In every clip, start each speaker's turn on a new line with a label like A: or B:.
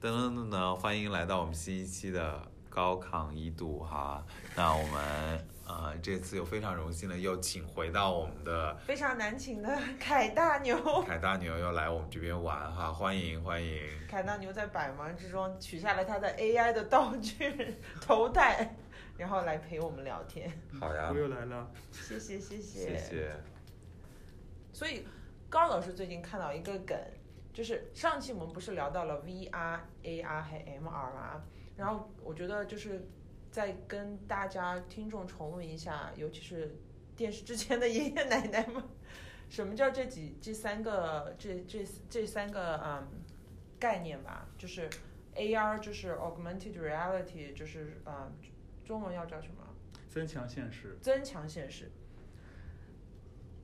A: 噔噔噔噔，欢迎来到我们新一期的高亢一度哈。那我们呃这次又非常荣幸的又请回到我们的
B: 非常难请的凯大牛。
A: 凯大牛又来我们这边玩哈，欢迎欢迎。
B: 凯大牛在百忙之中取下了他的 AI 的道具 头戴，然后来陪我们聊天。
A: 好呀
C: 我，又来了，
B: 谢谢谢谢
A: 谢谢。
B: 所以高老师最近看到一个梗，就是上期我们不是聊到了 VR、AR 和 MR 吗？然后我觉得就是再跟大家听众重温一下，尤其是电视之前的爷爷奶奶们，什么叫这几这三个这这这三个嗯概念吧？就是 AR 就是 augmented reality，就是嗯中文要叫什么？
C: 增强现实。
B: 增强现实。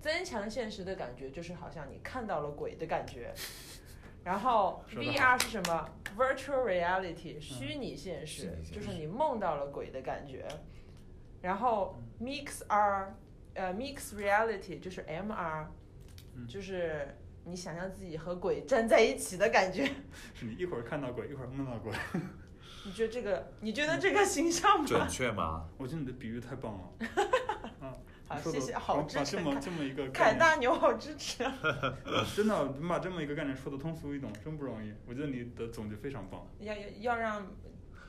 B: 增强现实的感觉就是好像你看到了鬼的感觉，然后
C: 说得好
B: VR 是什么？Virtual Reality 虚拟现
A: 嗯虚
B: 实
A: 拟，现实
B: 就是你梦到了鬼的感觉。然后
A: 嗯
B: Mix R，呃，Mix Reality 就是 MR，
C: 嗯
B: 就是你想象自己和鬼站在一起的感觉。
C: 是你一会儿看到鬼，一会儿梦到鬼。
B: 你觉得这个？你觉得这个形象吗？
A: 准确吗？
C: 我觉得你的比喻太棒 了。啊，
B: 好
C: 你说
B: 谢
C: 的
B: 谢好支
C: 把
B: 持
C: 这么这么一个概
B: 凯
C: 念，
B: 大牛好支持啊！
C: 真的你把这么一个概念说的通俗易懂，真不容易。我觉得你的总结非常棒。
B: 要要要让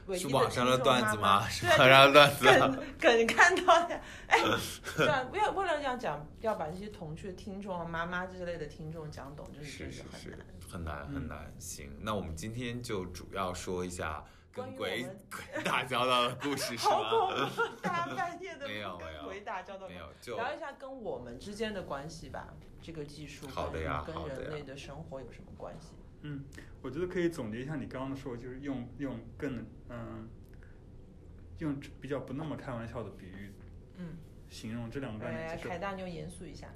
B: 唯一
A: 是
B: 的
A: 网上的
B: 听众
A: 段子
B: 妈
A: 吗
B: 妈？
A: 是
B: 对啊
A: 网上的段子吗。
B: 梗梗看到的， 哎，对啊，为了为了要讲，要把这些童趣听众、啊、妈妈之类的听众讲懂，就是是
A: 是
B: 真的很
A: 是
B: 难。，
A: 很难
C: 嗯
A: 很难。行，那我们今天就主要说一下
B: 关
A: 跟
B: 于
A: 鬼
B: 我们
A: 鬼 打交道的故事，是
B: 好
A: 吗？
B: 恐怖，大半夜 的
A: 没有没有
B: 跟鬼打交道
A: 没
B: 吗，
A: 有，就
B: 聊一下跟我们之间的关系吧。这个技术
A: 好的呀
B: 跟
A: 好的呀
B: 人类的生活有什么关系？
C: 嗯，我觉得可以总结一下你刚刚的说，就是用用更嗯、用比较不那么开玩笑的比喻
B: 嗯，
C: 形容这两个概
B: 来
C: 念，就是
B: 哎凯大牛严肃一下。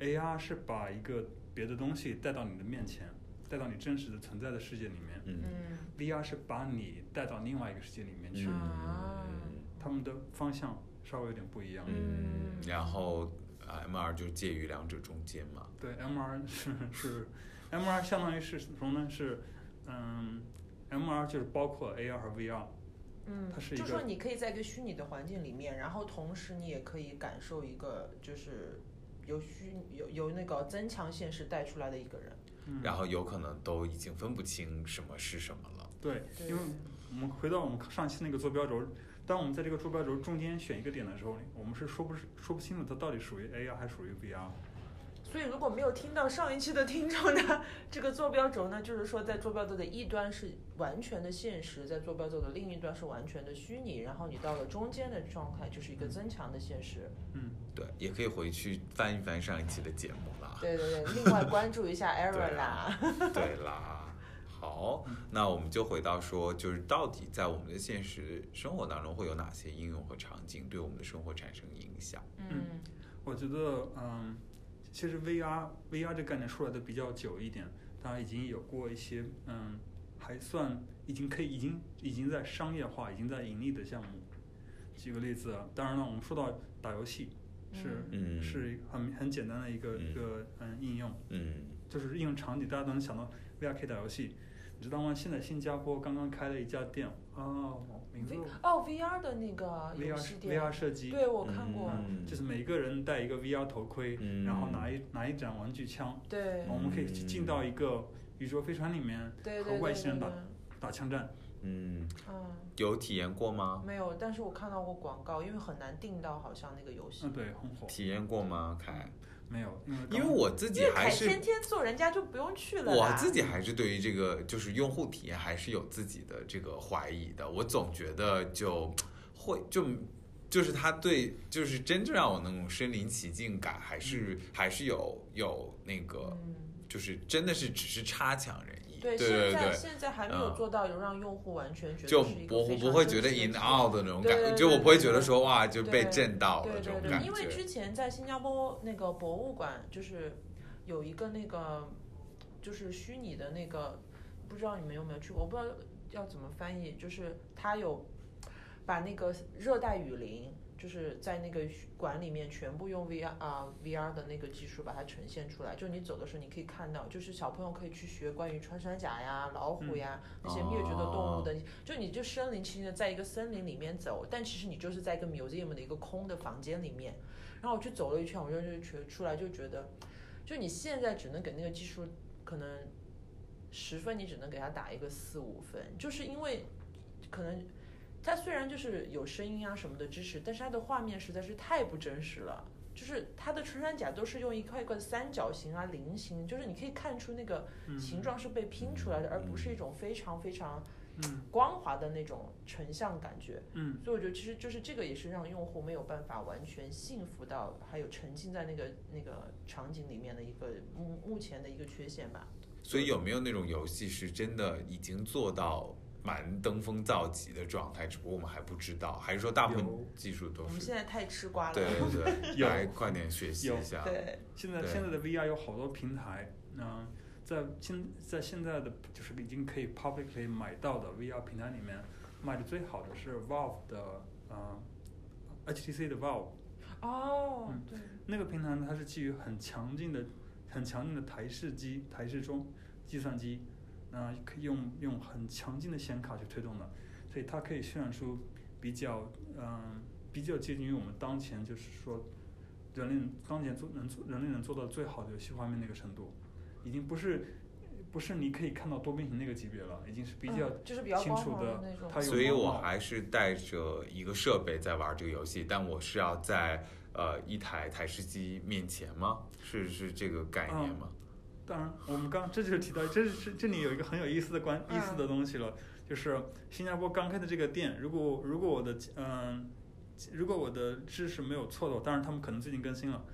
C: AR 是把一个别的东西带到你的面前，带到你真实的存在的世界里面
A: 嗯
B: 嗯，
C: ；VR 是把你带到另外一个世界里面去。
A: 嗯
B: 啊
C: 他们的方向稍微有点不一样。
A: 嗯
B: 嗯，
A: 然后啊，MR 就介于两者中间嘛。
C: 对，MR 是是，MR 相当于是什么呢？是嗯，MR 就是包括 AR 和 VR。
B: 嗯
C: 它，是一
B: 就
C: 个
B: 说你可以在一个虚拟的环境里面，然后同时你也可以感受一个就是由虚由由那个增强现实带出来的一个人。
C: 嗯，
A: 然后有可能都已经分不清什么是什么了。
C: 对，
B: 对
C: 因为我们回到我们上期那个坐标轴，当我们在这个坐标轴中间选一个点的时候，我们是说不是说不清楚它到底属于 AR 还是属于 VR。
B: 所以如果没有听到上一期的听众呢， 这个坐标轴呢，就是说在坐标轴的一端是完全的现实，在坐标轴的另一端是完全的虚拟，然后你到了中间的状态就是一个增强的现实。
C: 嗯，
A: 对，也可以回去翻一翻上一期的节目啦。
B: 对对对， 另外关注一下
A: 对
C: 啊
A: 啦
B: Error 啦。
A: 对啦，好，那我们就回到说，就是到底在我们的现实生活当中会有哪些应用和场景对我们的生活产生影响？
B: 嗯
C: 我觉得，嗯，其实 VR VR 这概念出来的比较久一点，它已经有过一些，嗯，还算已经可以，已经已经在商业化、已经在盈利的项目。举个例子啊，当然了，我们说到打游戏，是、
A: 嗯
C: 是很很简单的一个、
A: 嗯
C: 一个嗯应用，
A: 嗯
C: 就是应用场景，大家都能想到 VR 可以打游戏。你知道吗？现在新加坡刚刚开了一家店，哦，名字
B: V 哦 VR 的那个游
C: VR
B: 戏店，
C: VR 设计，
B: 对我看过，
A: 嗯
C: 就是每个人戴一个 VR 头盔，
A: 嗯
C: 然后拿一拿一盏玩具枪，
B: 对
C: 我们可以去进到一个宇宙飞船里面
B: 对对
C: 和
B: 对
C: 外
B: 对
C: 星人
B: 对
C: 打，打枪战。
A: 嗯，
B: 嗯，
A: 有体验过吗？
B: 没有，但是我看到过广告，因为很难订到，好像那个游戏。
C: 嗯，对，很火。
A: 体验过吗，凯？
C: 没有，因为
A: 因为我自己
B: 因为
A: 还
B: 凯
A: 是
B: 天天做，人家就不用去了啦。
A: 我自己还是对于这个就是用户体验还是有自己的这个怀疑的，我总觉得就会就。就是他对，就是真正让我那种身临其境感，还是、还是有有那个，
B: 嗯，
A: 就是真的是只是差强人意，对对
B: 对，现在
A: 对，嗯
B: 现在还没有做到有让用户完全觉得
A: 就是
B: 一个
A: 我
B: 非常
A: 不会觉得
B: 真实
A: in
B: 的
A: out 的那种感
B: 对
A: 觉，
B: 对
A: 就我不会觉得
B: 对
A: 说哇就被
B: 对
A: 震到了
B: 对
A: 这
B: 对
A: 种
B: 对，
A: 感
B: 因为
A: 觉，
B: 之前在新加坡那个博物馆，就是有一个那个就是虚拟的那个，不知道你们有没有去过，我不知道要怎么翻译，就是它有把那个热带雨林，就是在那个馆里面全部用 VR 啊、VR 的那个技术把它呈现出来。就你走的时候，你可以看到，就是小朋友可以去学关于穿山甲呀、老虎呀、那些灭绝的动物的，就你就身临其境的在一个森林里面走，但其实你就是在一个 museum 的一个空的房间里面。然后我去走了一圈，我就就觉出来就觉得，就你现在只能给那个技术可能十分，你只能给它打一个四五分，就是因为可能它虽然就是有声音啊什么的支持，但是它的画面实在是太不真实了。就是它的穿山甲都是用一块一块的三角形啊、菱形，就是你可以看出那个形状是被拼出来的，而不是一种非常非常
C: 嗯
B: 光滑的那种成像感觉。
C: 嗯
B: 所以我觉得其实就是这个也是让用户没有办法完全幸福到，还有沉浸在那个那个场景里面的一个目目前的一个缺陷吧。
A: 所以有没有那种游戏是真的已经做到蛮登峰造极的状态，只不过我们还不知道？还是说大部分
C: 有
A: 技术都
B: 我们
A: 是？
B: 现在太吃瓜了。
A: 对啊对对，
C: 有
A: 来快点学习一下。
B: 对
C: 现在
A: 对
C: 现在的 VR 有好多平台，嗯、在现在现在的就是已经可以 publicly 买到的 VR 平台里面，卖的最好的是 Valve 的，嗯、HTC 的 Valve
B: 哦
C: 嗯，
B: 对，
C: 那个平台呢，它是基于很强劲的、很强劲的台式机、台式中计算机，那、可以用用很强劲的显卡去推动的，所以它可以渲染出比较嗯、比较接近于我们当前就是说人类当前做能做人类能做到最好的游戏画面那个程度，已经不是不是你可以看到多边形那个级别了，已经是比较、
B: 嗯就是比较
C: 清
B: 光
C: 楚
B: 滑的
C: 的
B: 那种。
C: 它有
A: 所以
C: 光
A: 我
C: 芒
A: 还是带着一个设备在玩这个游戏，但我是要在呃一台台式机面前吗？是是这个概念吗？
C: 当然，我们刚这就是提到，这是这里有一个很有意思的关
B: 嗯
C: 意思的东西了，就是新加坡刚开的这个店，如果如果我的嗯、如果我的知识没有错的话，当然他们可能最近更新了，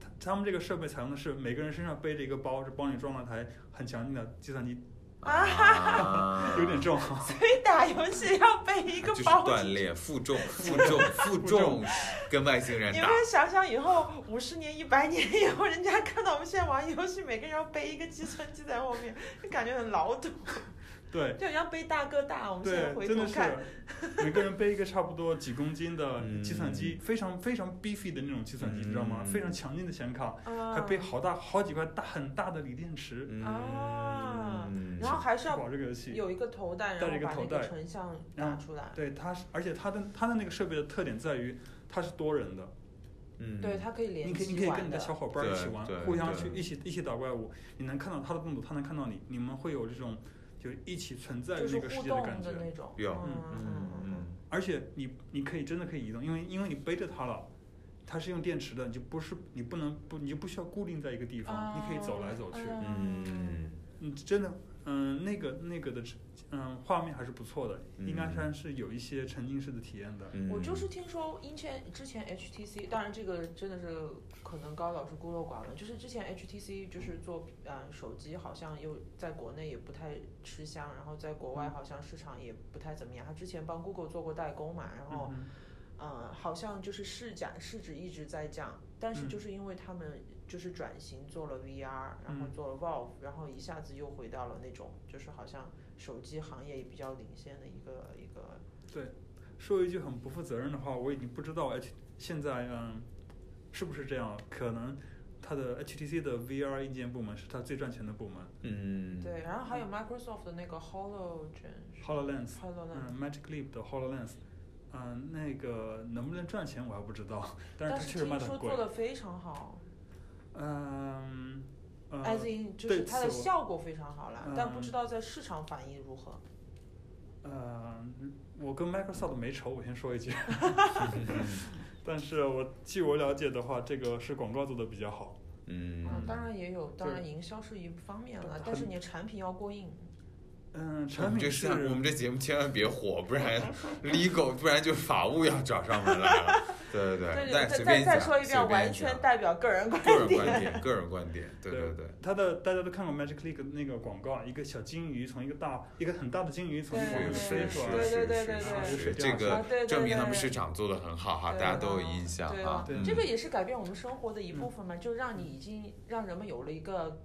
C: 他他们这个设备采用的是每个人身上背着一个包，是帮你装了台很强劲的计算机，
A: 啊
C: 有 点重，
B: 所以打游戏要背一个
A: 就是
B: 包。
A: 锻炼负重，负重，负重，跟外星人
B: 你
A: 打
B: 们。想想以后五十年、一百年以后，人家看到我们现在玩游戏，每个人要背一个计算机在后面，就感觉很劳动，
C: 对
B: 就好像背大哥大。我们现在
C: 对，
B: 回
C: 真
B: 头
C: 的是
B: 看，
C: 每个人背一个差不多几公斤的
A: 嗯
C: 计算机，非常非常 beefy 的那种计算机，你知道吗？
A: 嗯
C: 非常强劲的显卡。
B: 啊
C: 还背好大好几块大很大的锂电池，
B: 啊
A: 嗯，
B: 然后还是
C: 去
B: 要
C: 玩这个游戏。
B: 有一啊个头戴，
C: 戴
B: 然
C: 着
B: 后把那
C: 一个头嗯
B: 个
C: 戴
B: 成像
C: 然
B: 打
C: 后
B: 出来。
C: 对，它是，而且它的它的那个设备的特点在于它是多人的，
A: 嗯，
B: 对，它可以
C: 你
B: 联
C: 可以你
B: 机
C: 可以跟
B: 玩
C: 你
B: 的
C: 的。小伙伴儿一起
A: 对
C: 玩
A: 对，
C: 互相去
A: 对
C: 一起一起打怪物，你能看到他的动作，他能看到你，你们会有这种就是一起存在于
B: 就是
C: 那个世
B: 互
C: 界的
B: 动
C: 感觉
B: 的。那种，
A: 有
B: 嗯
A: 嗯
B: 嗯
A: 嗯
C: 而且你你可以真的可以移动，因为因为你背着它了，它是用电池的，你就不是你不能不你就不需要固定在一个地方，你可以走来走去。
B: 哦
A: 嗯，
C: 嗯，真的，嗯、那个那个的，嗯，画面还是不错的，应该
A: 嗯
C: 算是有一些沉浸式的体验的。
A: 嗯
B: 我就是听说，因前之前 HTC，当然这个真的是可能高老师孤陋寡闻，就是之前 HTC 就是做嗯手机，好像又在国内也不太吃香，然后在国
C: 嗯
B: 外好像市场也不太怎么样。他之前帮 Google 做过代工嘛，然后
C: 嗯
B: 嗯，好像就是市价市值一直在降，但是
C: 嗯
B: 就是因为他们就是转型做了 VR，然后
C: 嗯
B: 做了 Valve，然后一下子又回到了那种就是好像手机行业也比较领先的一个一个，
C: 哼说一句很不负责任的话，我已经不知道 H 现在嗯是不是这样了，可能它的 HTC 的 VR 硬件部门是它最赚钱的部门
A: 嗯，
B: 对，然后还有 Microsoft 的那个 Hologen，Hologen，
C: ，HoloLens，嗯，Magic Leap 的 HoloLens，嗯、那个能不能赚钱我还不知道， 但
B: 但
C: 是它
B: 是
C: 确实卖
B: 听
C: 的
B: 说
C: 很贵
B: 做。的非常好
C: 嗯，呃
B: ，as in 就是
C: 对
B: 它
C: 此
B: 的
C: 我
B: 效果非常好啦，但不
C: 嗯
B: 知道在市场反应如何。
C: 呃，我跟 Microsoft 没仇，我先说 一句。但是我据我了解的话，这个是广告做的比较好。
A: 嗯，
B: 嗯，当然也有，当
C: 对
B: 然营销是一方面
C: 但
B: 了，
C: 它
B: 但是你的产品要过硬。
C: 嗯，
A: 我
C: 产
A: 们这
C: 品
A: 是
C: 是
A: 我们这节目千万别火，不然 legal，不然就法务要找上门来了。对对
B: 对
A: 但
B: 对，
A: 随
B: 再
A: 便
B: 再
A: 讲，
B: 说一
A: 随便
B: 遍，完
A: 讲
B: 全代表个人观
A: 个人
B: 点。
A: 观点，个人观点，对对对，
C: 它的大家都看过 Magic League 那个广告，一个小金鱼从一个大一个很大的金鱼从一个广
B: 对
C: 里
A: 是是
C: 飞出
B: 对
C: 来。
A: 是
B: 对对
A: 是
B: 对对
A: 是是，
C: 对
A: 这
B: 啊
A: 个
B: 对对
A: 证明他们
B: 对
A: 市场做的很好哈，
B: 对
A: 大家都有
B: 啊
A: 印象
B: 对
A: 啊
B: 啊。
C: 对
A: 嗯
B: 这个也是改变我们生活的一部分嘛，就让你已经让人们有了一个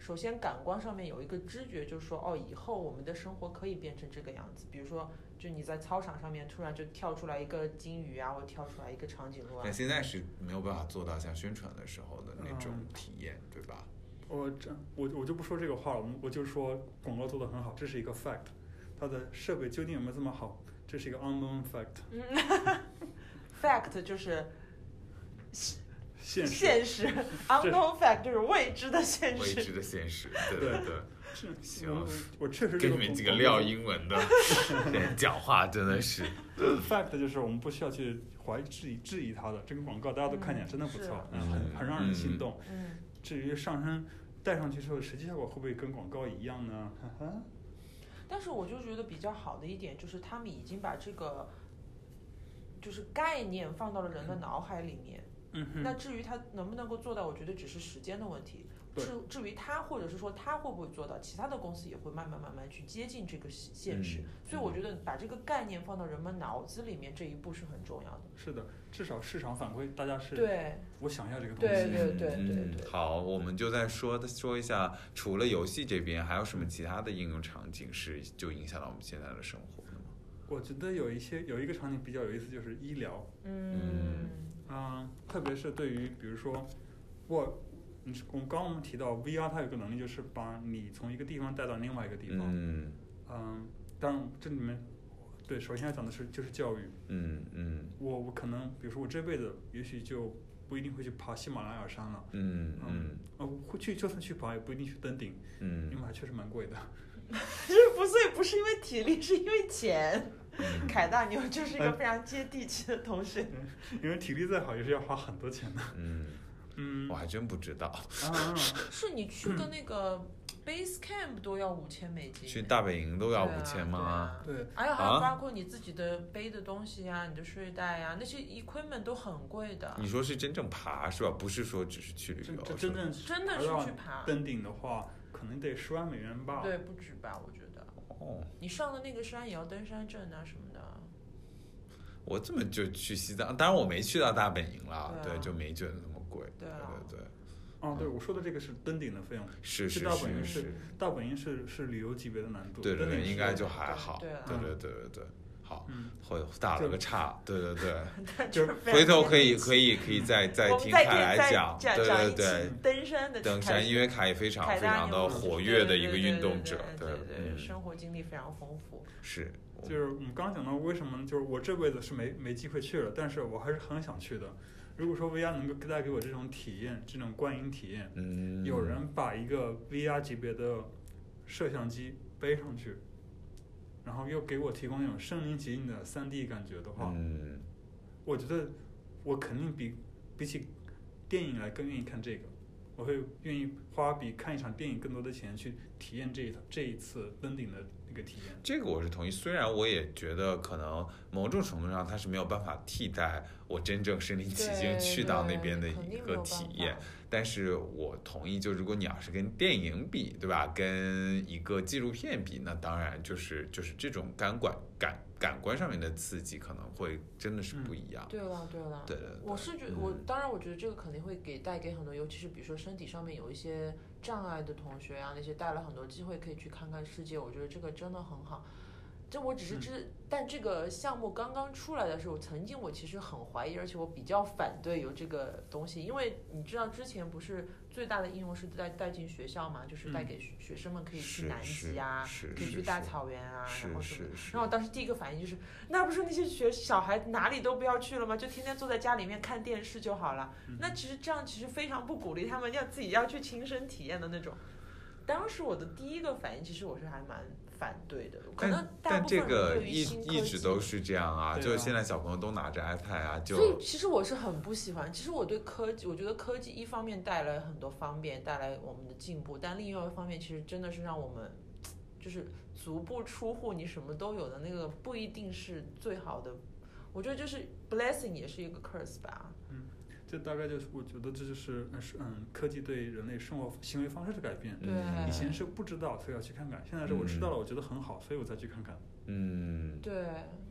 B: 首先感官上面有一个知觉，就是说哦，以后我们的生活可以变成这个样子。比如说，就你在操场上面突然就跳出来一个金鱼啊，或者跳出来一个长颈鹿啊
A: 但，现在是没有办法做到像宣传的时候的那种体验，对吧？
C: 我这我我就不说这个话了，我们我就说广告做得很好，这是一个 fact。它的设备究竟有没有这么好，这是一个 unknown fact。
B: fact 就是
C: 现实
B: 现实 unknown fact 就是未知的现
A: 未
B: 实。
A: 知的现实，对对对，
C: 是
A: 行
C: 我我确实
A: 给
C: 这
A: 你
C: 个
A: 们
C: 不
A: 几个撂英文 的人讲话真的是，
C: fact 就是我们不需要去怀疑质疑质疑它的这个广告，大家都看见、
B: 嗯
C: 真的不
B: 是
C: 错，
A: 嗯
C: 嗯，很很让人心动。
B: 嗯，
C: 至于上身戴上去之后实际效果会不会跟广告一样呢？哈哈，
B: 但是我就觉得比较好的一点就是他们已经把这个就是概念放到了人的脑海里面。
C: 嗯
B: 那至于他能不能够做到，我觉得只是时间的问题。
C: 对
B: 至至于他，或者是说他会不会做到，其他的公司也会慢慢慢慢去接近这个现实。
A: 嗯
B: 所以我觉得把这个概念放到人们脑子里面这一步是很重要的。
C: 是的，至少市场反馈大家是
B: 对，
C: 我想要这个东
B: 对
C: 西。
B: 对对对
A: 嗯
B: 对
A: 好，我们就再说说一下，除了游戏这边，还有什么其他的应用场景是就影响到我们现在的生活的吗？
C: 我觉得有一些有一个场景比较有意思，就是医疗，
B: 嗯，
C: 嗯，特别是对于比如说我，你是我们刚刚我们提到 VR，它有个能力就是把你从一个地方带到另外一个地方。
A: 嗯
C: 嗯，当然这里面，对，首先要讲的是就是教育。
A: 嗯嗯
C: 我我可能比如说我这辈子也许就不一定会去爬喜马拉雅山了，
A: 嗯嗯
C: 嗯啊，我会去就算去爬也不一定去登顶，因为
A: 嗯
C: 还确实蛮贵的。
B: 这不所以不是因为体力，是因为钱。
A: 嗯，
B: 凯大牛就是一个
A: 呃
B: 非常接地气的同学。
C: 因为体力再好也是要花很多钱的。
A: 嗯，
C: 嗯
A: 我，还真不知道，
C: 啊，
B: 是你去个那个 base camp 都要五千美金，
A: 去大本营都要
B: 对啊
A: 五千吗？？
B: 对啊
C: 对，
B: 还有还有
A: 啊
B: 包括你自己的背的东西啊呀、你的睡袋呀、那些 equipment 都很贵的，
A: 你说是真正爬是吧？不是说只是去旅
C: 真
A: 游，
C: 这
A: 是
C: 真
A: 吧
C: 正
B: 真的是去爬，
C: 登顶的话，可能得十万美元吧。
B: 对，不止吧？我觉得
A: 哦，
B: 你上的那个山也要登山证啊什么的。
A: 我怎么就去西藏？当然我没去到大本营了，
B: 对
A: 对,、
B: 啊
A: 就没觉得那么贵。
B: 对啊
A: 对对，
C: 哦，对，我说的这个是登顶的费用，
A: 是
C: 去
A: 是
C: 大本
A: 是
C: 营
A: 是，
C: 大本营是是旅游级别的难度，
A: 对对
C: 登顶
A: 对，
C: 是
A: 应该就还好。
B: 对啊
A: 对对对对对，好，
C: 嗯，
A: 会打了个岔。对对对，
B: 但
C: 就是
B: 非常
A: 回头可以
B: 接地气
A: 可以可以再再
B: 我们
A: 听
B: 再
A: 凯
B: 可以
A: 来
B: 再
A: 讲。
B: 讲
A: 对
B: 讲
A: 对
B: 一
A: 对
B: 期，登山的
A: 登山，因为凯非常
B: 凯
A: 非常的活跃的一个运动者。
B: 对对对对对对对，
A: 嗯，
B: 生活经历非常丰富。
A: 是，我
C: 就是我们刚刚讲到为什么，就是我这辈子是没没机会去了，但是我还是很想去的。如果说 VR 能够带给我这种体验，这种观影体验，
A: 嗯，
C: 有人把一个 VR 级别的摄像机背上去，然后又给我提供那种身临其境的 3D 感觉的话，
A: 嗯
C: 我觉得我肯定比比起电影来更愿意看这个，我会愿意花比看一场电影更多的钱去体验这一这一次登顶的那个体验。
A: 这个我是同意，虽然我也觉得可能某种程度上它是没有办法替代我真正身临其境
B: 对
A: 去到那
B: 对
A: 边的
B: 肯
A: 一
B: 定
A: 个
B: 没有
A: 体
B: 办
A: 验
B: 法，
A: 但是我同意，就如果你要是跟电影比，对吧？跟一个纪录片比，那当然就是就是这种感官感感官上面的刺激可能会真的是不一样。
B: 对了对了，
A: 对对对，
B: 嗯我是觉我当然，我觉得这个肯定会给带给很多，尤其是比如说身体上面有一些障碍的同学啊，那些带来很多机会可以去看看世界，我觉得这个真的很好。这我只
A: 嗯
B: 是知，但这个项目刚刚出来的时候，曾经我其实很怀疑，而且我比较反对有这个东西，因为你知道之前不是最大的应用是带带进学校嘛，就是带
C: 嗯
B: 给学学生们可以去
A: 是
B: 南
A: 是
B: 极啊，
A: 是
B: 可以
A: 是
B: 去大
A: 是
B: 草原啊，然后
A: 是
B: 什么
A: 是
B: 的
A: 是
B: 然后我当时第一个反应就是，那不是那些学小孩哪里都不要去了吗？就天天坐在家里面看电视就好了。
A: 嗯
B: 那其实这样其实非常不鼓励他们要自己要去亲身体验的那种。当时我的第一个反应，其实我是还蛮反对的，可能
A: 但
B: 大
A: 但
B: 部
A: 这
B: 分人
A: 个
B: 对于
A: 一
B: 新科技
A: 一直都是这样啊，
C: 对
A: 就
C: 啊
A: 现在小朋友都拿着 iPad 啊，就
B: 所以其实我是很不喜欢。其实我对科技，我觉得科技一方面带来很多方便，带来我们的进步，但另外一方面其实真的是让我们就是足不出户，你什么都有的那个不一定是最好的。我觉得就是 blessing 也是一个 curse 吧。
C: 这大概就是我觉得这就是嗯是嗯科技对人类生活行为方式的改变。
B: 对
A: 嗯
C: 以前是不知道，所以要去看看；现在是我知道了，我觉得很好，所以我再去看看。
A: 嗯，
B: 对，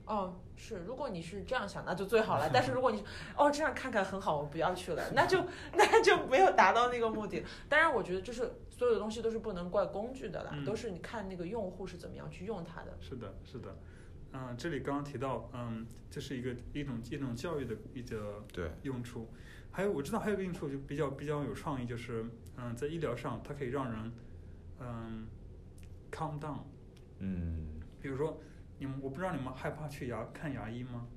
B: 哦，是，如果你是这样想，那就最好了。但是如果你哦 这样看看很好，我不要去了，那就那就没有达到那个目的。当然，我觉得就是所有的东西都是不能怪工具的啦，
C: 嗯
B: 都是你看那个用户是怎么样去用它的。
C: 是的，是的。嗯、这里刚刚提到，嗯，这是一个一种一种教育的一个
A: 对，
C: 用处。还有我知道还有一个用处就比较比较有创意，就是嗯、在医疗上它可以让人嗯、calm down。
A: 嗯，
C: 比如说你们，我不知道你们害怕去牙看牙医吗？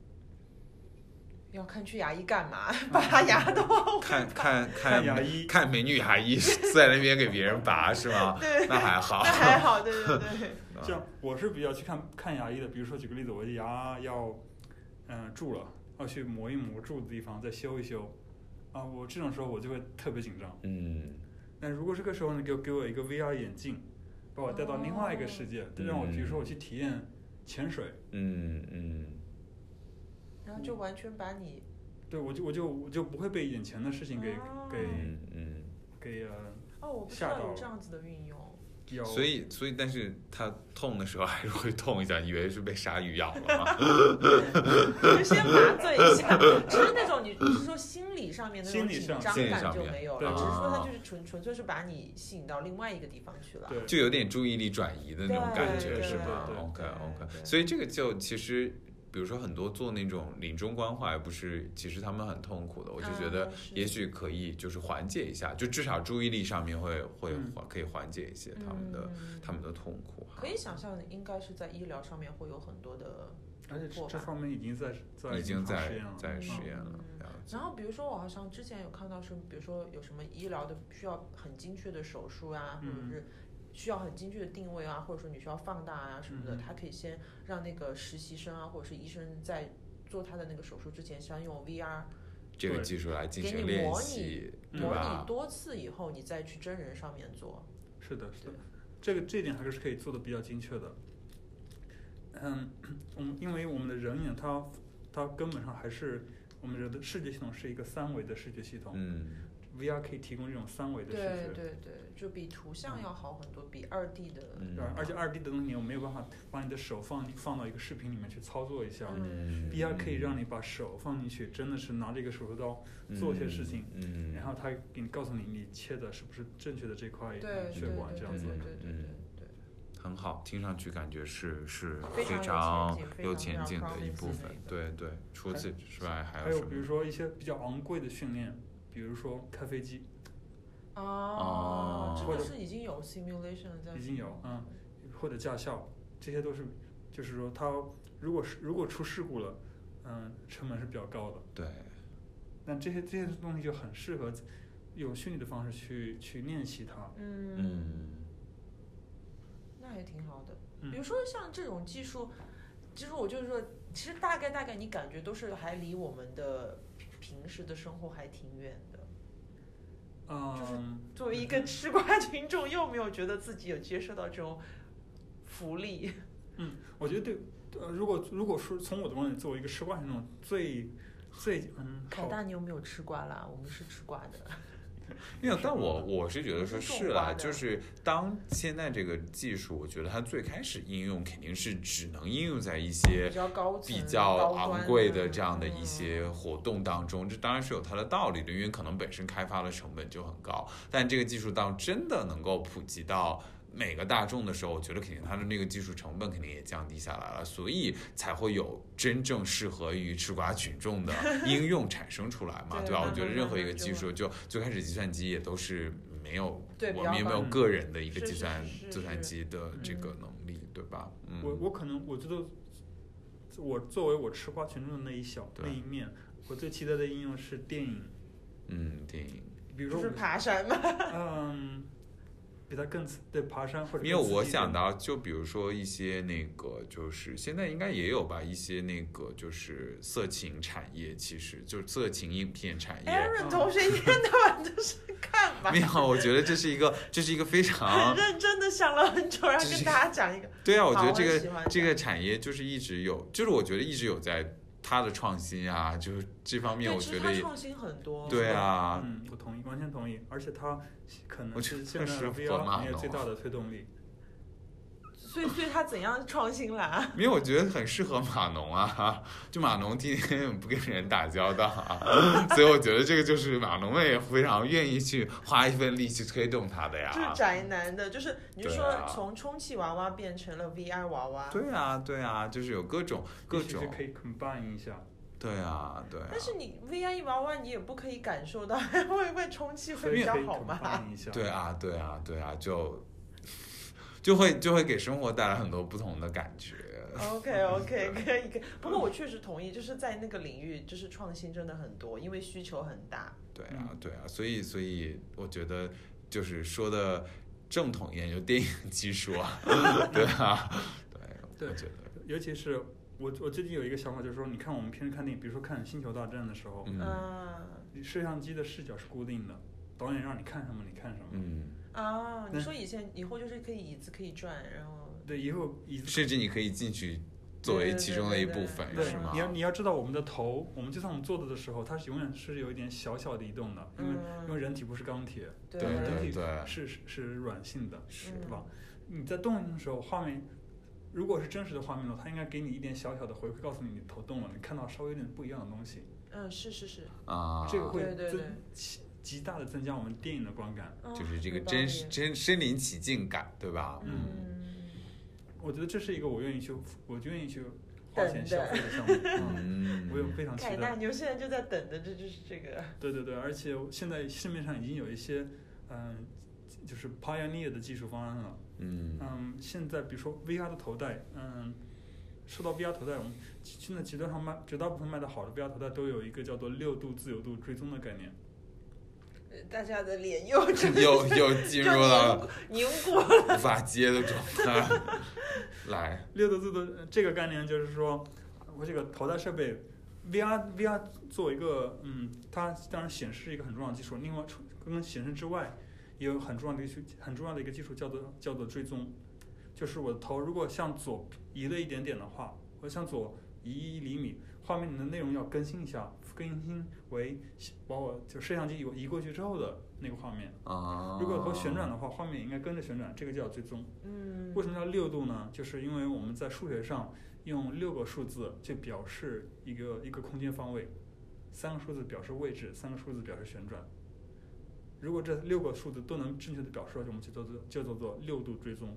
B: 要看去牙医干嘛？
C: 嗯
B: 拔牙都好
A: 看看
C: 看
A: 看
C: 牙医，
A: 看美女牙医在那边给别人拔是吗？
B: 对，
A: 那还好
C: 啊
A: 嗯
B: 那。还好，对对对，
C: 这样我是比较去看看牙医的。比如说举个例子，我的牙要嗯、呃蛀了，要去磨一磨蛀的地方，再修一修。啊，我这种时候我就会特别紧张。
A: 嗯，
C: 那如果这个时候你给我给我一个 VR 眼镜，把我带到另外一个世界，让我比如说我去体验潜水，
A: 嗯嗯
B: 然后就完全把你
C: 对我就我就我就不会被眼前的事情给、
B: 哦
C: 给
A: 嗯嗯。
C: 给呃
B: 哦，我不知
C: 吓
B: 道
C: 到
B: 有
C: 了
B: 这样子的运用。
C: 有。
A: 所以，所以，但是他痛的时候还是会痛一下，以为是被鲨鱼咬了嘛。
B: 就先麻醉一下， 就是那种你你是说心理上面的那种
C: 心理
B: 紧
C: 上
B: 张
A: 心理
B: 感
A: 上
B: 就
A: 面
B: 没有
C: 对
B: 了，只是说它
A: 啊
B: 就是纯纯粹是把你吸引到另外一个地方去了。
C: 对，
A: 就有点注意力转移的那种感觉，
C: 对
A: 是吗
C: 对对
A: ？OK
B: 对
A: OK，
B: 对
A: 所以这个就其实，比如说很多做那种临终关怀，不是其实他们很痛苦的，我就觉得
B: 啊是
A: 也许可以就是缓解一下，就至少注意力上面会会
C: 嗯
A: 缓可以缓解一些他们的
B: 嗯
A: 他们的痛苦哈
B: 可。以想象，应该是在医疗上面会有很多的。
C: 而且这
B: 过
C: 这
B: 吧
C: 方面已经在在
A: 已经
C: 临床
A: 在
C: 实验了，
A: 在
B: 嗯
A: 实验了，
B: 嗯
A: 了解
B: 然后比如说，我好像之前有看到是，比如说有什么医疗的需要很精确的手术啊，或者
C: 嗯
B: 是需要很精确的定位啊，或者说你需要放大啊什么的，
C: 嗯
B: 他可以先让那个实习生啊，或者是医生在做他的那个手术之前，先用 VR
A: 这个
C: 对
A: 技术来进
B: 给
A: 行
B: 你
A: 练
B: 模拟
A: 习，对
B: 模
A: 吧
B: 拟？多次以后，你再去真人上面做。
C: 嗯是的，是的
B: 对，
C: 这个这一点还是可以做的比较精确的。嗯，我们因为我们的人眼它它根本上还是我们人的视觉系统是一个三维的视觉系统、
A: 嗯
C: v r 可以提供这种三维的视
B: 对
C: 觉，
B: 对对，就比图像
C: 嗯
B: 要好很多，比二 D 的。
A: 嗯
C: 对吧，而且二 D 的东西我没有办法把你的手放放到一个视频里面去操作一下、
A: 嗯
C: v r 可以让你把手放进去，真的是拿着一个手术刀，做一些事情，
A: 嗯，
C: 然后它给你告诉你你切的是不是正确的这块
B: 对对
C: 血
B: 对对
C: 管嗯这样子
B: 对。
A: 嗯
B: 对对
A: 嗯
B: 对
A: 很好，听上去感觉是是
B: 非常有
A: 常
B: 前景非
A: 有
B: 常
A: 前
B: 非
A: 景
B: 常
A: 的一
B: promising
A: 部分
B: 的一。个
A: 对对，除此之外还
C: 还
A: 有
C: 有
A: 什
C: 比如
A: 么？
C: 说一些比较昂贵的训练，比如说开飞机
B: 哦，
C: 或
B: 这
C: 者
B: 个是已经有 simulation 在。
C: 已经有，嗯，或者驾校，这些都是，就是说它如果是如果出事故了，嗯，成本是比较高的。
A: 对，
C: 那这些这些东西就很适合用训练的方式去去练习它。
B: 嗯，
A: 嗯
B: 那也挺好的。
C: 嗯
B: 比如说像这种技术，其实我就是说，其实大概大概你感觉都是还离我们的平时的生活还挺远的。
C: 嗯，
B: 作为一个吃瓜群众，又没有觉得自己有接受到这种福利。嗯
C: 我觉得对，呃，如果如果说从我的观点，作为一个吃瓜群众，最最嗯
B: 凯
C: 好，
B: 大，你有没有吃瓜啦？我们是吃瓜的。
A: 没有，
C: 是
A: 但
C: 吗
A: 我我是觉得说
B: 是种
A: 是啦、
B: 花的
A: 就是当现在这个技术，我觉得它最开始应用肯定是只能应用在一些
B: 比较高嗯层
A: 比较昂贵的这样的一。
B: 高端
A: 些活动当中，这当然是有它的道理的，因为可能本身开发的成本就很高，但这个技术当真的能够普及到。每个大众的时候，我觉得肯定它的那个技术成本肯定也降低下来了，所以才会有真正适合于吃瓜群众 的应用产生出来嘛，
B: 对
A: 对吧？我
B: 慢
A: 觉得
B: 慢
A: 任
B: 慢
A: 何一
B: 慢
A: 个
B: 就
A: 技术，就最开始计算机也都是没有，
B: 对比
A: 我
B: 较
A: 们也没有
C: 慢
A: 个人的一个
B: 是
A: 计
B: 是
A: 算
B: 是
A: 计算
B: 是
A: 机的这个
B: 嗯
A: 能力，对吧？嗯，
C: 我我可能我觉得，我作为我吃瓜群众的那一小那
A: 对
C: 一面，我最期待的应用是电影，
A: 嗯，电影。
C: 比如
B: 不
C: 说
B: 是
C: 我
B: 爬山吗？
C: 嗯，比它更刺对爬山或者
A: 因为
C: 更刺
A: 我
C: 激一
A: 想
C: 点
A: 到，就比如说一些那个，就是现在应该也有吧，一些那个就是色情产业，其实就是色情影片产业。
B: Aaron 同学一天到晚就是看吧
A: 啊没，有，我觉得这是一个，这是一个非
B: 很
A: 常
B: 认真的想了很久，然后
A: 这是
B: 跟大家讲一个。
A: 对啊，我觉得
B: 好
A: 这
B: 我也喜
A: 个
B: 欢
A: 这个产业就是一直有，就是我觉得一直有在它的创新啊，就是这方面
B: 对，
A: 我
B: 其
A: 觉
B: 实
A: 得
B: 他
A: 也
B: 创新很多。
A: 对啊，
C: 嗯，我同意，完全同意。而且它可
A: 我
C: 能
A: 觉得
C: 是现在
A: 是
C: VR
A: 火马哦
C: 行业
A: 龙
C: 最大的推动力。
B: 所以所以他怎样创新了啊？
A: 因为我觉得很适合码农啊， 就码农天天不跟人打交道、啊， 所以我觉得这个就是码农们也非常愿意去花一份力去推动它的呀。
B: 就是宅男的，就是你就
A: 啊对啊
B: 说从充气娃娃变成了 VR 娃娃，
A: 对啊，对啊，就是有各种各
C: 也许
A: 种
C: 是，可以 combine 一 下，
A: 对啊，对啊
B: 但，是你 VR 娃娃你也不可以感受到 会不会充气
C: 所
B: 会
C: 以
B: 比较
C: 可以
B: 好嘛？
C: combine 一下。
A: 对啊，对啊，对啊，就就会就会给生活带来很多不同的感觉。
B: OK OK 可以可以，不过我确实同意，就是在那个领域，就是创新真的很多，因为需求很大。
A: 对啊，
C: 嗯
A: 对啊，所以所以我觉得就是说的正统一点，就电影 技术 啊，对啊，对，
C: 对
A: 我觉得，
C: 尤其是我，我最近有一个想法，就是说，你看我们平时看电影，比如说看《星球大战》的时候，
A: 嗯
B: 嗯
C: 摄像机的视角是固定的，导演让你看什么你看什么。
A: 嗯，
B: 啊，你
C: 那
B: 说以前以后就是可以椅子可以转，然后
C: 对，以后以
A: 甚至你可以进去作为其中的一部分，
C: 对
A: 是吗
C: 你？要你要知道，我们的头，我们就算我们坐着的时候，它是永远是有一点小小的移动的，因为、因
B: 嗯
C: 为人体不是钢铁，
A: 对
B: 对嗯
A: 对对，
C: 是是是软性的，
A: 是
C: 对吧？你在动的时候，画面如果是真实的画面的话，它应该给你一点小小的回馈，告诉你你头动了，你看到稍微有点不一样的东西，
B: 嗯是是是，
A: 啊，
C: 这个会
B: 对对
C: 增
B: 对
C: 极极大的增加我们电影的观感。
B: 嗯
A: 就是这个
B: 有道
A: 真
B: 理
A: 真身临其境感，对吧？
C: 嗯
B: 嗯
C: 我觉得这是一个我愿意去，我就愿意去花钱
B: 等
C: 消
B: 的
C: 费的项目。嗯
A: 嗯，
C: 我有非常期
B: 凯
C: 待
B: 纳，。牛现在就在等着，这就是这 个，
C: 对对对，而且现在市面上已经有一些，嗯、就是 pioneer 的技术方案了。
A: 嗯
C: 嗯，现在比如说 VR 的头戴，嗯，说到 VR 头戴，我们其现在极端上卖，绝大部分卖的好的 VR 头戴都有一个叫做六度自由度追踪的概念。
B: 呃大家的脸 又
C: 嗯
B: 真的
A: 又又进
B: 就
A: 入了
B: 凝固，
A: 无法接的状态， 来，
C: 六度自由度这个概念就是说，我这个头戴设备，VR VR 作为一个，嗯，它当然显示是一个很重要的技术，另外除跟显示之外，也有很重要的一个技很重要的一个技术叫做叫做追踪，就是我的头如果向左移了一点点的话，我向左移一厘米，画面里的内容要更新一下，更新为把我就摄像机移移过去之后的那个画面。
A: 啊，
C: 如果头旋转的话，画面也应该跟着旋转，这个叫追踪。
B: 嗯
C: 为什么叫六度呢？就是因为我们在数学上用六个数字去表示一个一个空间方位，三个数字表示位置，三个数字表示旋转。如果这六个数字都能正确的表示，我们就叫做就叫做六度追踪。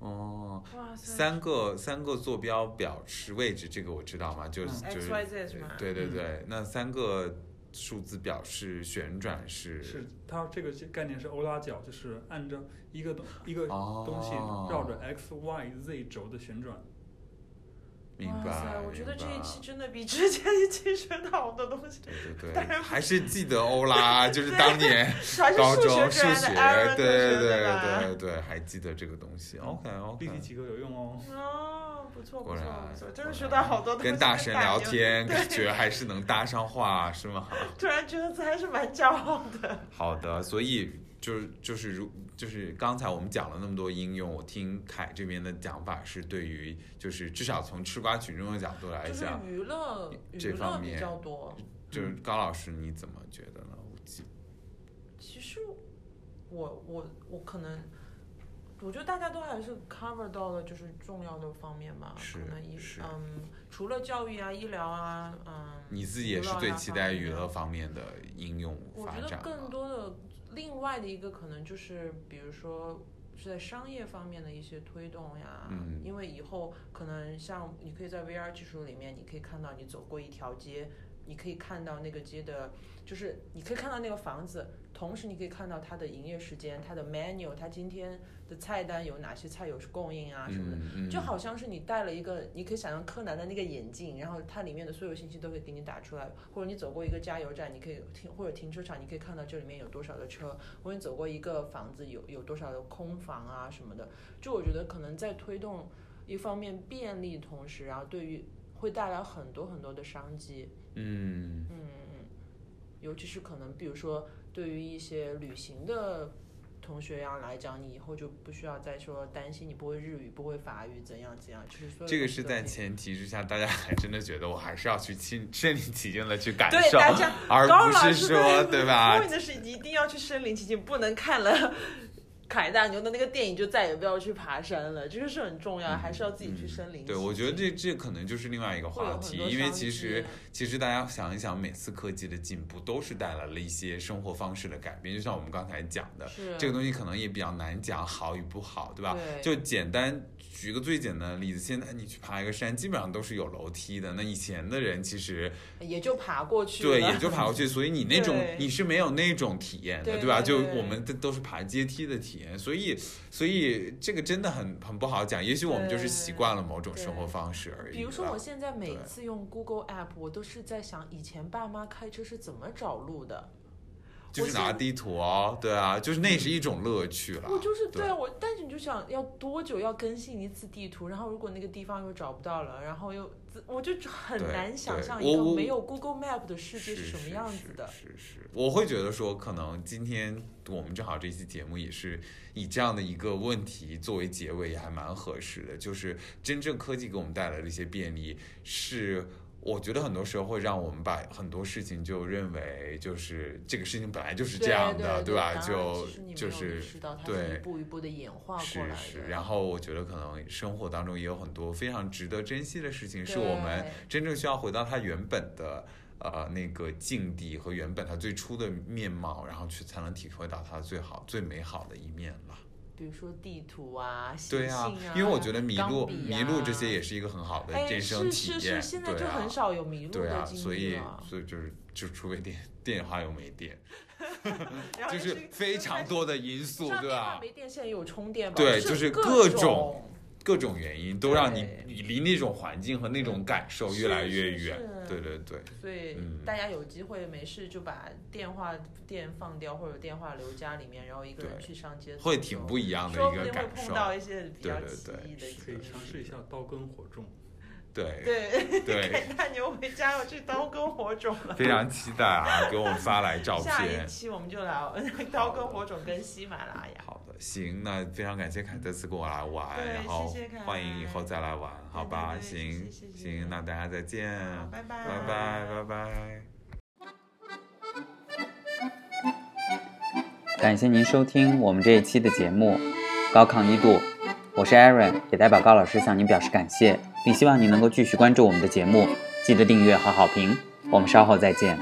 A: 哦，
B: 哇塞
A: 三个三个坐标表示位置，这个我知道嘛，就是
C: 嗯
A: 就是
B: ，X Y Z 是吗？
A: 对对对，那三个数字表示旋转是
C: 是它这个概念是欧拉角，就是按照一个东一个
A: 哦
C: 东西绕着 x y z 轴的旋转。
A: 明白
B: 哇塞，我
A: 明
B: 觉得这一
A: 白
B: 期真的比之前一期学到好多东西，
A: 对对
B: 当
A: 对，
B: 然
A: 还是记得欧拉，就是当年
B: 还是
A: 高
B: 数
A: 中
B: 学
A: 数
B: 专
A: 学
B: 业的 Aaron，
A: 对
B: 同学吧嗯
A: 对对对，还记得这个东 西。OK
C: 立体
A: OK，
C: 几何有用哦。
B: 哦，不错不
A: 果
B: 错
A: 然
B: 不错，
A: 果
B: 真的
A: 然
B: 学到好多东西。
A: 啊跟大神聊
B: 牛，
A: 天，感觉还是能搭上话，是吗？
B: 突然觉得自己还是蛮骄傲的。
A: 好的，所以就是就是如就是刚才我们讲了那么多应用，我听凯这边的讲法是对于就是至少从吃瓜群众的角度来
B: 就是
A: 讲，
B: 娱乐
A: 这
B: 娱乐
A: 方
B: 比
A: 面
B: 较多。
A: 就是高老师你怎么觉得呢？我记
B: 其实我我我可能，我觉得大家都还是 cover 到了就是重要的方面吧，
A: 是
B: 可能医
A: 是
B: 嗯，除了教育啊、医疗啊，嗯，
A: 你自己也是最期待娱乐方面的应用
B: 我
A: 发
B: 觉得
A: 展
B: 更
A: 吗？
B: 多的另外的一个可能就是，比如说是在商业方面的一些推动呀。
A: 嗯
B: 因为以后可能像你可以在 VR 技术里面，你可以看到你走过一条街，你可以看到那个街的，就是你可以看到那个房子，同时你可以看到它的营业时间、它的 menu、它今天的菜单有哪些菜有供应啊什么的。
A: 嗯嗯，
B: 就好像是你戴了一个，你可以想象柯南的那个眼镜，然后它里面的所有信息都会给你打出来，或者你走过一个加油站，你可以停或者停车场，你可以看到这里面有多少的车，或者你走过一个房子有有多少的空房啊什么的。就我觉得可能在推动一方面便利，同时然后对于会带来很多很多的商机，
A: 嗯
B: 嗯，尤其是可能比如说对于一些旅行的同学呀来讲，你以后就不需要再说担心你不会日语、不会法语怎样怎样，就是所有
A: 这个
B: 东西
A: 是
B: 都
A: 在
B: 可以
A: 前提之下，大家还真的觉得我还是要去亲身临其境的去感
B: 对
A: 受，
B: 大家，
A: 而
B: 高
A: 不
B: 老
A: 是
B: 师
A: 说
B: 在
A: 对吧？
B: 后面的是你一定要去身临其境，不能看了 凯大牛的那个电影就再也不要去爬山了，这个是很重要，
A: 嗯
B: 还是要自己去森林。
A: 对，我觉得这这可能就是另外一个
B: 会有
A: 话
B: 很
A: 题，
B: 多
A: 因为
B: 商
A: 其
B: 机
A: 实其实大家想一想，每次科技的进步都是带来了一些生活方式的改变，就像我们刚才讲的，
B: 是
A: 呃这个东西可能也比较难讲好与不好，对吧？
B: 对
A: 就简单举个最简单的例子，现在你去爬一个山，基本上都是有楼梯的。那以前的人其实
B: 也就爬过去了。
A: 对也就爬过去，所以你那种
B: 对
A: 你是没有那种体验的，
B: 对
A: 吧？
B: 对
A: 就
B: 对
A: 我们都都是爬阶梯的体验，所以所以这个真的很很不好讲。也许我们就是习惯了某种生活方式而已。
B: 比如说，
A: 对吧
B: 我现在每
A: 对
B: 次用 Google App，我都是在想以前爸妈开车是怎么找路的。
A: 就
B: 我
A: 是
B: 现
A: 拿地图哦，对啊，就是那是一种乐趣了。
B: 我就是
A: 对
B: 对啊，我但是你就想要多久要更新一次地图，然后如果那个地方又找不到了，然后又自我就很
A: 对
B: 难想
A: 对我
B: 象一个
A: 我
B: 没有 Google Map 的世
A: 是
B: 界是什么样子的。
A: 是是是是我会觉得说，可能今天我们正好这期节目也是以这样的一个问题作为结尾，也还蛮合适的。就是真正科技给我们带来的一些便利，是我觉得很多时候会让我们把很多事情就认为就是这个事情本来就是这样的，
B: 对
A: 吧？
B: 当然
A: 就
B: 其实你没
A: 就
B: 有
A: 是
B: 意识到它是
A: 对
B: 一步一步的演化过来
A: 是
B: 的。
A: 是，然后我觉得可能生活当中也有很多非常值得珍惜的事情，是
B: 对
A: 我们真正需要回到它原本的呃那个境地和原本它最初的面貌，然后去才能体会到它最好最美好的一面了。
B: 比如说地图啊，行
A: 对
B: 星
A: 啊
B: 啊，，
A: 因为我觉得迷
B: 钢
A: 路、
B: 笔
A: 迷路
B: 啊
A: 这些也是一个很好的
B: 哎
A: 人生体
B: 是
A: 验，
B: 是是，现在就
A: 对啊
B: 很少有迷路
A: 对
B: 的
A: 啊，
B: 经
A: 所
B: 历
A: 以
B: 了。
A: 所以就是就除非电电话又没 电，
B: 然后
A: 就
B: 就是
A: 非常多的因 素，
B: 上
A: 对
B: 电
A: 吧、
B: 话没电，现在有充电宝，
A: 对就是是
B: 各
A: 各种各种原因都让你
B: 对
A: 你离那种环境和那种感受越来越远
B: 是是。是
A: 对对对，
B: 所以
A: 嗯
B: 大家有机会没事就把电话电放掉，或者电话留家里面，然后一个人
A: 对
B: 去上街走走，
A: 会挺不一样的
B: 说
A: 一个
B: 不定会
A: 感
B: 碰
A: 受。
B: 到一些比较
A: 对对
B: 奇
A: 对
B: 异的
A: 是
C: 可以
B: 经历
C: 尝试一下刀耕火种。
A: 对
B: 对，
A: 对，
B: 那牛回家要去刀耕火种了。
A: 非常期待啊！给我们发来照
B: 下一
A: 片。
B: 期我们就聊 刀耕火种跟喜马拉雅。
A: 好的，行，那非常感谢凯这次跟我来玩，
B: 对
A: 然后
B: 谢谢凯
A: 欢迎以后再来玩，好吧？
B: 对对
A: 行
B: 对谢谢谢谢
A: 行，那大家再见，
B: 好拜拜
A: 嗯拜拜拜拜。
D: 感谢您收听我们这一期的节目《高亢一度》，我是 Aaron，也代表高老师向您表示感谢，并希望您能够继续关注我们的节目，记得订阅和好评。我们稍后再见。